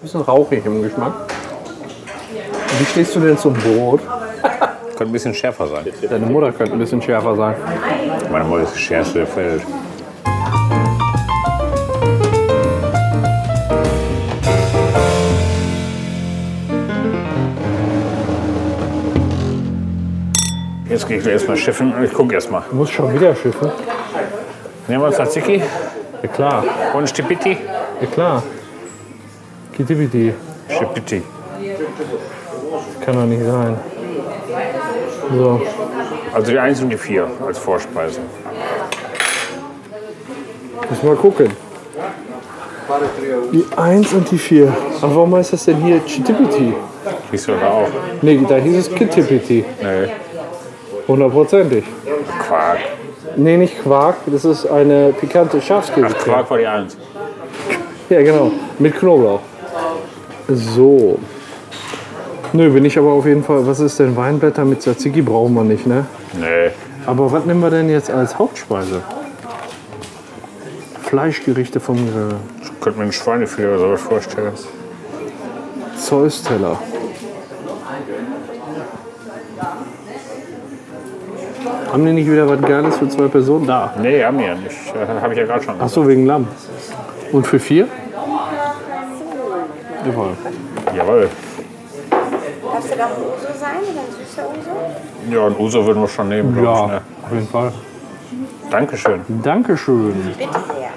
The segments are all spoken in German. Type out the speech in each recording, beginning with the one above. bisschen rauchig im Geschmack. Wie stehst du denn zum Brot? Könnte ein bisschen schärfer sein. Deine Mutter könnte ein bisschen schärfer sein. Meine Mutter ist die schärfste der Welt. Jetzt gehe ich gleich erstmal schiffen und ich gucke erstmal. Du musst schon wieder schiffen. Nehmen wir uns Tzatziki Ja klar, und Stipiti. ja klar. Kitibidi. Stipiti. Kann doch nicht sein. So, Also die 1 und die 4 als Vorspeise. müssen wir mal gucken. Die 1 und die 4. Aber warum heißt das denn hier Chitipiti? Siehst du da auch? Nee, da hieß es Kitipiti. Nee, Hundertprozentig. Quark. Nee, nicht Quark, das ist eine pikante Schafskäse. Ach, Quark war die 1. Ja, genau. Mit Knoblauch. So. Nö, bin ich aber auf jeden Fall. Was ist denn Weinblätter mit Tzatziki? Brauchen wir nicht, ne? Nee. Aber was nehmen wir denn jetzt als Hauptspeise? Fleischgerichte vom äh, Ich könnte mir ein Schweinefilet oder sowas vorstellen. Zeus-Teller. Haben die nicht wieder was Geiles für zwei Personen? Da. Nee, haben wir ja nicht. Äh, Habe ich ja gerade schon. Ach so, wegen Lamm. Und für vier? Jawohl. Jawohl. Darf sie doch Uso sein oder ein süßer Uso? Ja, und Uso würden wir schon nehmen, glaube ich. Ja, Ne? auf jeden Fall. Dankeschön. Dankeschön. Bitte sehr.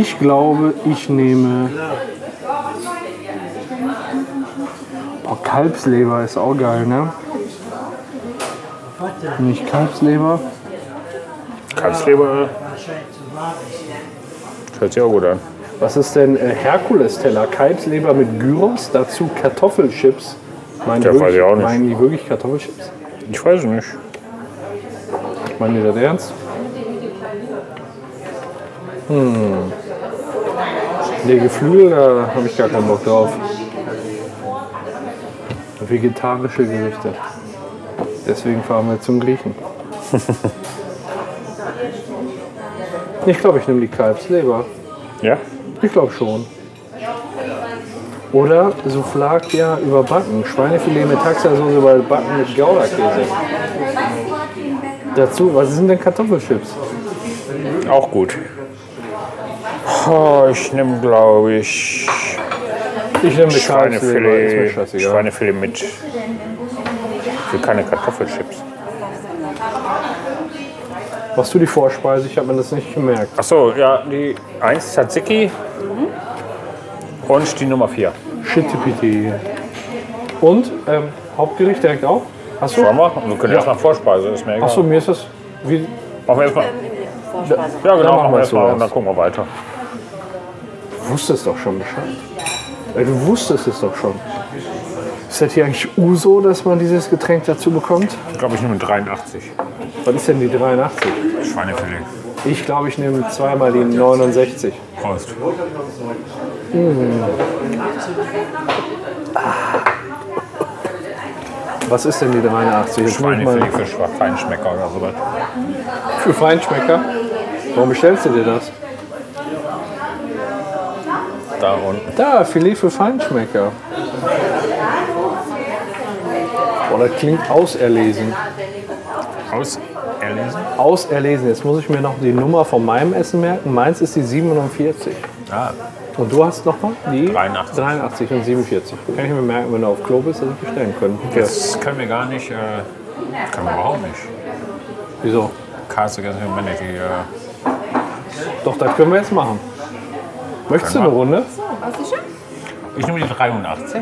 Ich glaube, ich nehme. Boah, Kalbsleber ist auch geil, ne? Nicht Kalbsleber. Kalbsleber. Das hört sich auch gut an. Was ist denn äh, Herkules-Teller? Kalbsleber mit Gyros, dazu Kartoffelchips. Meinen die Ja, weiß ich auch nicht. Meinen die wirklich Kartoffelchips? Ich weiß es nicht. Meinen die das ernst? Hm. Nee, Geflügel, da habe ich gar keinen Bock drauf. Vegetarische Gerichte. Deswegen fahren wir zum Griechen. ich glaube, ich nehme die Kalbsleber. Ja? Ich glaube schon. Oder Souflakia überbacken. Schweinefilet mit Taxasauce überbacken mit Gouda-Käse. Dazu, was sind denn Kartoffelchips? Auch gut. Oh, ich nehme, glaube ich, Ich nehme Kartoffeln, ist mir Schweinefilet, scheißegal. Schweinefilet mit. Für keine Kartoffelchips. Machst du die Vorspeise? Ich habe mir das nicht gemerkt. Ach so, ja, die 1 Tzatziki und die Nummer 4. Schittipiti. Und ähm, Hauptgericht direkt auch? Hast du? Wollen wir? Wir können erstmal Vorspeise, ist mir egal. Achso, mir ist das. Wie, Machen wir erstmal. Ja, Dann genau, machen machen wir wir es so erstmal und erst. dann gucken wir weiter. du wusstest doch schon Bescheid. Ey, Du wusstest es doch schon. Ist das hier eigentlich Uso, dass man dieses Getränk dazu bekommt? Ich glaube, ich nehme 83. Was ist denn die 83? Schweinefilet. Ich glaube, ich nehme zweimal die 69. Prost. Was ist denn die 83? Jetzt muss ich mal Schweinefilet für Schwa- Feinschmecker oder sowas. für Feinschmecker. Warum bestellst du dir das? Da unten. Da, Filet für Feinschmecker. Boah, das klingt auserlesen. Aus. Erlesen? Auserlesen. Jetzt muss ich mir noch die Nummer von meinem Essen merken. Meins ist die 47. Ah, Und du hast nochmal die 83. 83 und 47. Kann ich mir merken, wenn du auf Klo bist, dass ich bestellen können. Ja. das können wir gar nicht. Äh, können wir überhaupt nicht. Wieso? Cast Against Humanity. Äh, Doch, das können wir jetzt machen. Möchtest du eine Runde? Was ist schon? ich nehme die 83.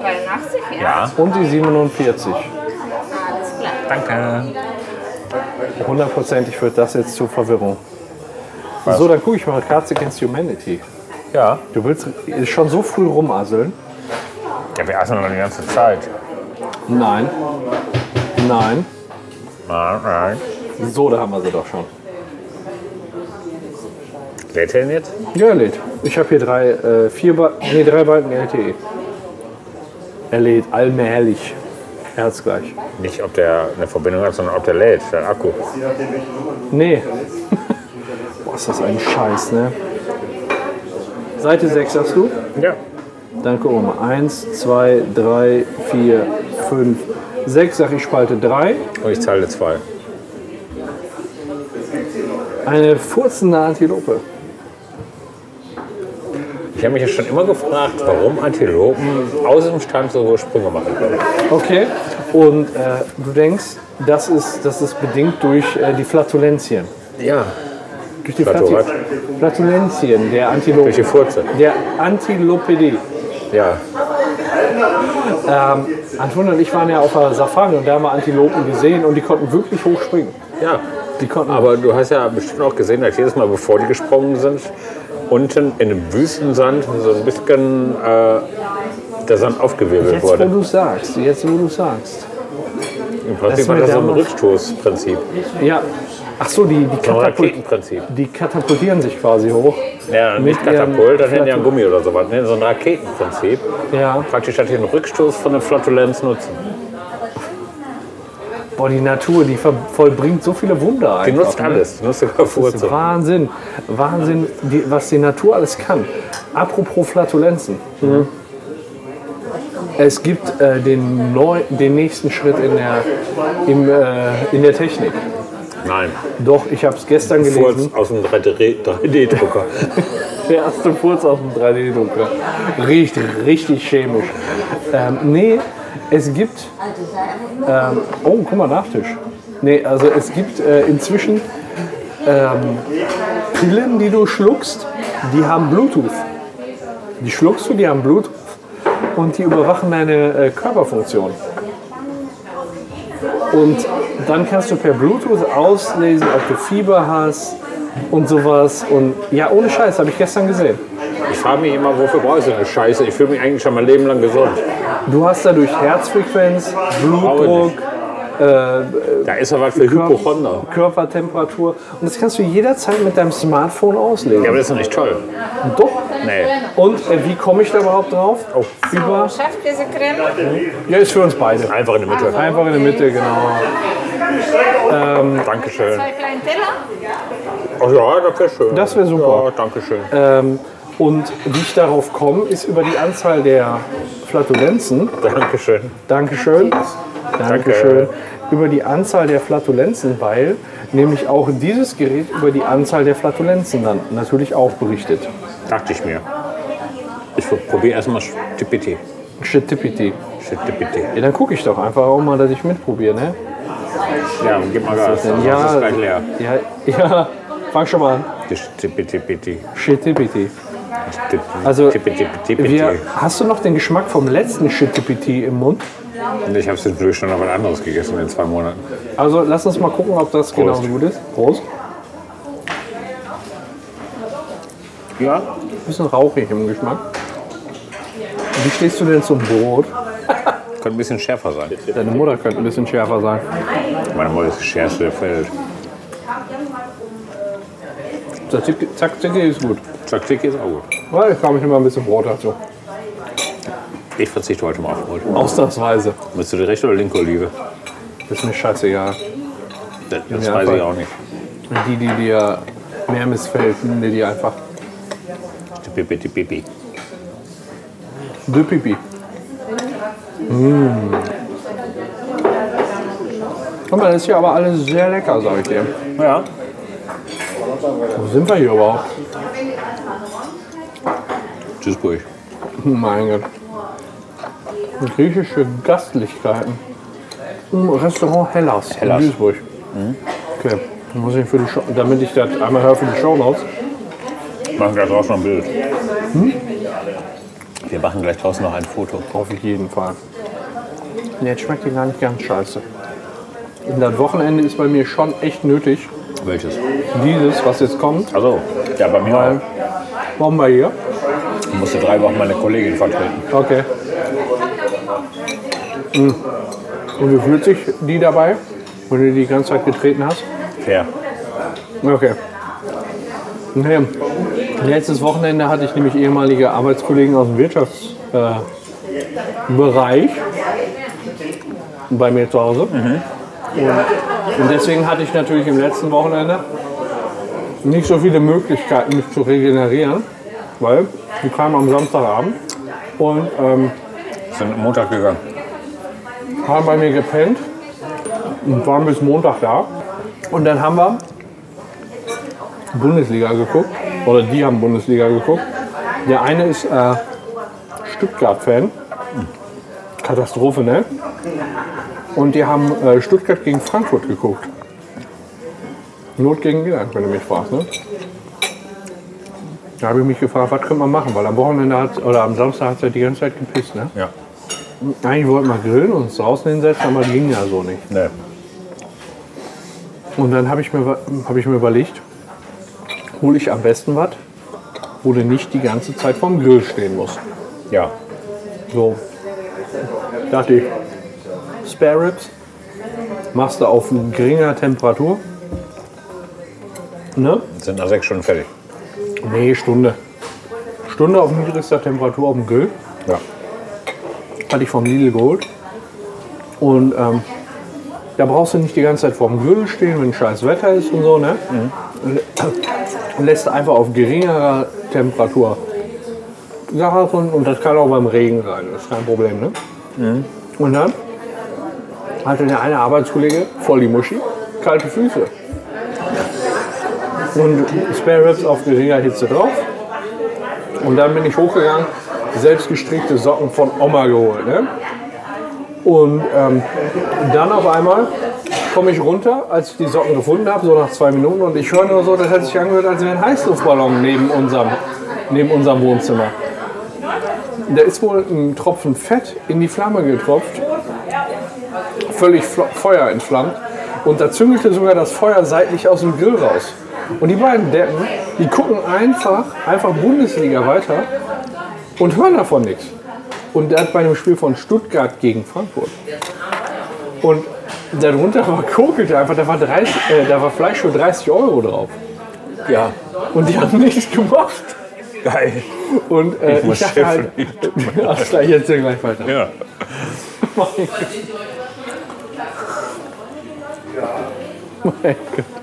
83, ja? Ja. Und die 47. Alles klar. Danke. Hundertprozentig führt das jetzt zu Verwirrung. So, dann gucke ich mal Cards Against Humanity. Ja. Du willst schon so früh rumasseln? Ja, wir essen noch die ganze Zeit. Nein. Nein. Nein, nein. So, da haben wir sie doch schon. Wer denn jetzt? Ja, lädt. Ich habe hier drei, äh, vier ba nee, drei Balken LTE. Er lädt allmählich. Er hat's gleich. Nicht, ob der eine Verbindung hat, sondern ob der lädt, der Akku. Nee. Boah, ist das ein Scheiß, ne? Seite 6 hast du? Ja. Dann gucken wir mal. 1, 2, 3, 4, 5, 6. Sag ich Spalte 3. Und ich zahle zwei. Eine furzende Antilope. Ich habe mich ja schon immer gefragt, warum Antilopen aus dem Stand so hohe Sprünge machen können. Okay. Und äh, du denkst, das ist, das ist bedingt durch äh, die Flatulenzien. Ja. Durch die Flaturat. Flatu- Flatulenzien der Durch die Antilope. Furze. Der Antilopädie. Ja. Ähm, Anton und ich waren ja auf der Safari und da haben wir Antilopen gesehen und die konnten wirklich hoch springen. Ja. Die konnten Aber du hast ja bestimmt auch gesehen, dass jedes Mal, bevor die gesprungen sind, unten in dem Wüstensand so ein bisschen äh, der Sand aufgewirbelt Jetzt, wo wurde. du sagst, jetzt, wo du sagst. Im das Prinzip war mir das so ein damals- Rückstoßprinzip. Ja. Ach so, die, die, So ein Katapult, Raketenprinzip. die katapultieren sich quasi hoch. Ja, Mit nicht Katapult, ihrem dann nennen die ja Gummi oder sowas. Ne? So ein Raketenprinzip. Ja. Praktisch hat hier einen Rückstoß von der Flatulenz nutzen. Boah, die Natur, die ver- vollbringt so viele Wunder Die einfach. nutzt ne? alles. Die nutzt sogar Das ist Furze. Wahnsinn. Wahnsinn, die, was die Natur alles kann. Apropos Flatulenzen. Mhm. Es gibt äh, den, neu, den nächsten Schritt in der, im, äh, in der Technik. Nein. Doch, ich habe es gestern gelesen. Furz aus dem 3D-Drucker. Der erste Furz auf dem 3D-Drucker. Riecht richtig chemisch. Ähm, nee, es gibt. Ähm, oh, guck mal, Nachtisch. Nee, also es gibt äh, inzwischen ähm, Pillen, die du schluckst, die haben Bluetooth. Die schluckst du, die haben Bluetooth und die überwachen deine äh, Körperfunktion. Und dann kannst du per Bluetooth auslesen, ob du Fieber hast und sowas. Und ja, ohne Scheiß, habe ich gestern gesehen. Ich frage mich immer, wofür brauche ich so eine Scheiße? Ich fühle mich eigentlich schon mein Leben lang gesund. Du hast dadurch Herzfrequenz, Blutdruck, Da ist ja was für Körp- Hypochonder. Körpertemperatur. Und das kannst du jederzeit mit deinem Smartphone Ja, aber auslesen. das ist doch nicht toll. Doch. Nee. Und äh, wie komme ich da überhaupt drauf? Über. Schafft diese Creme? Ja, ist für uns beide. Einfach in der Mitte. Also, Einfach in der Mitte, genau. Dankeschön. Zwei kleinen Teller? Ach ja, das wäre schön. Das wär super. Ja, Dankeschön. Ähm, und wie ich darauf komme, ist über die Anzahl der Flatulenzen. Dankeschön. Dankeschön. Dankeschön. Danke. Über die Anzahl der Flatulenzen, weil nämlich auch dieses Gerät über die Anzahl der Flatulenzen dann natürlich auch berichtet. Dachte ich mir. Ich probiere erstmal Stipiti. Shitipiti. Stipiti. Ja, dann gucke ich doch einfach auch mal, dass ich mitprobiere, ne? Ja, gib mal Gas. Sonst ist es gleich leer. ja, ja. Fang schon mal an. Die Stipiti. Shitipiti. Stipiti. Also, Wir, Stipiti. hast du noch den Geschmack vom letzten Shitipiti im Mund? Und Ich habe natürlich schon noch was anderes gegessen in zwei Monaten. Also lass uns mal gucken, ob das genau gut ist. Prost. Ja? Bisschen rauchig im Geschmack. Wie stehst du denn zum Brot? Könnte ein bisschen schärfer sein. Deine Mutter könnte ein bisschen schärfer sein. Meine Mutter ist die schärfste der Welt. Der Tick- Zack, Zicke ist gut. Zack, Tick ist auch gut. Ja, ich habe mich immer ein bisschen Brot dazu. Ich verzichte heute mal auf Brot. Ausnahmsweise. Willst du die rechte oder linke Olive? Ist mir scheißegal. Das, das Ja, weiß voll. ich auch nicht. Die, die dir mehr missfällt, nimm dir die einfach. Tipi, tipi, tipi. De Pipi. Guck mal, Mm. das ist hier aber alles sehr lecker, sag ich dir. Ja. Wo sind wir hier überhaupt? Duisburg. Hm, Mein Gott. Griechische Gastlichkeiten. Im Restaurant Hellas, Hellas. in Duisburg. Okay, dann muss ich für die Show, damit ich das einmal höre für die Show raus. Machen gleich draußen noch ein Bild. Hm? Wir machen gleich draußen noch ein Foto. Auf jeden Fall. Nee, Jetzt schmeckt die gar nicht ganz scheiße. Und das Wochenende ist bei mir schon echt nötig. Welches? Dieses, was jetzt kommt, Also, ja, bei mir weil. auch. Warum wir hier? Ich musste drei Wochen meine Kollegin vertreten. Okay. Mm. Und wie fühlt sich die dabei, wenn du die die ganze Zeit getreten hast? Fair. Okay. Nee. Letztes Wochenende hatte ich nämlich ehemalige Arbeitskollegen aus dem Wirtschaftsbereich äh, Bereich bei mir zu Hause. Und, und deswegen hatte ich natürlich im letzten Wochenende nicht so viele Möglichkeiten, mich zu regenerieren. weil die kamen am Samstagabend und ähm, Sind am Montag gegangen. haben bei mir gepennt und waren bis Montag da. Und dann haben wir Bundesliga geguckt, oder die haben Bundesliga geguckt. Der eine ist äh, Stuttgart-Fan. Katastrophe, ne? Und die haben äh, Stuttgart gegen Frankfurt geguckt. Not gegen Widerstand, wenn du mich fragst, ne? Da habe ich mich gefragt, was können wir machen, weil am Wochenende hat oder am Samstag hat es ja die ganze Zeit gepisst, ne? Ja. Eigentlich wollten wir grillen und uns draußen hinsetzen, aber das ging ja so nicht. Nee. Und dann habe ich, mir wa- hab ich mir überlegt, hole ich am besten was, wo du nicht die ganze Zeit vorm Grill stehen musst. Ja. So, dachte ich, Spare Ribs machst du auf geringer Temperatur. Ne? Sind nach sechs Stunden fertig. Nee, Stunde. Stunde auf niedrigster Temperatur auf dem Grill. Ja. hatte ich vom Lidl geholt. Und ähm, da brauchst du nicht die ganze Zeit vorm Grill stehen, wenn scheiß Wetter ist und so, ne? Lä- Lässt du einfach auf geringerer Temperatur garen und das kann auch beim Regen sein, das ist kein Problem, ne? Und dann hatte der eine Arbeitskollege voll die Muschi, kalte Füße. Und Spare Ribs auf geringer Hitze drauf. Und dann bin ich hochgegangen, selbstgestrickte Socken von Oma geholt. Ne? Und ähm, dann auf einmal komme ich runter, als ich die Socken gefunden habe, so nach zwei Minuten. Und ich höre nur so, das hat sich angehört, als wäre ein Heißluftballon neben unserem, neben unserem Wohnzimmer. Da ist wohl ein Tropfen Fett in die Flamme getropft, völlig fl- Feuer entflammt. Und da züngelte sogar das Feuer seitlich aus dem Grill raus. Und die beiden Deppen, die gucken einfach, einfach Bundesliga weiter und hören davon nichts. Und das bei einem Spiel von Stuttgart gegen Frankfurt. Und darunter war kokelte einfach, da war, 30, äh, da war Fleisch für 30 Euro drauf. Ja. Und die haben nichts gemacht. Geil. Und äh, ich, muss dachte halt, schiffen. Alles klar, jetzt hier gleich weiter. Ja. Mein Gott. Mein Gott.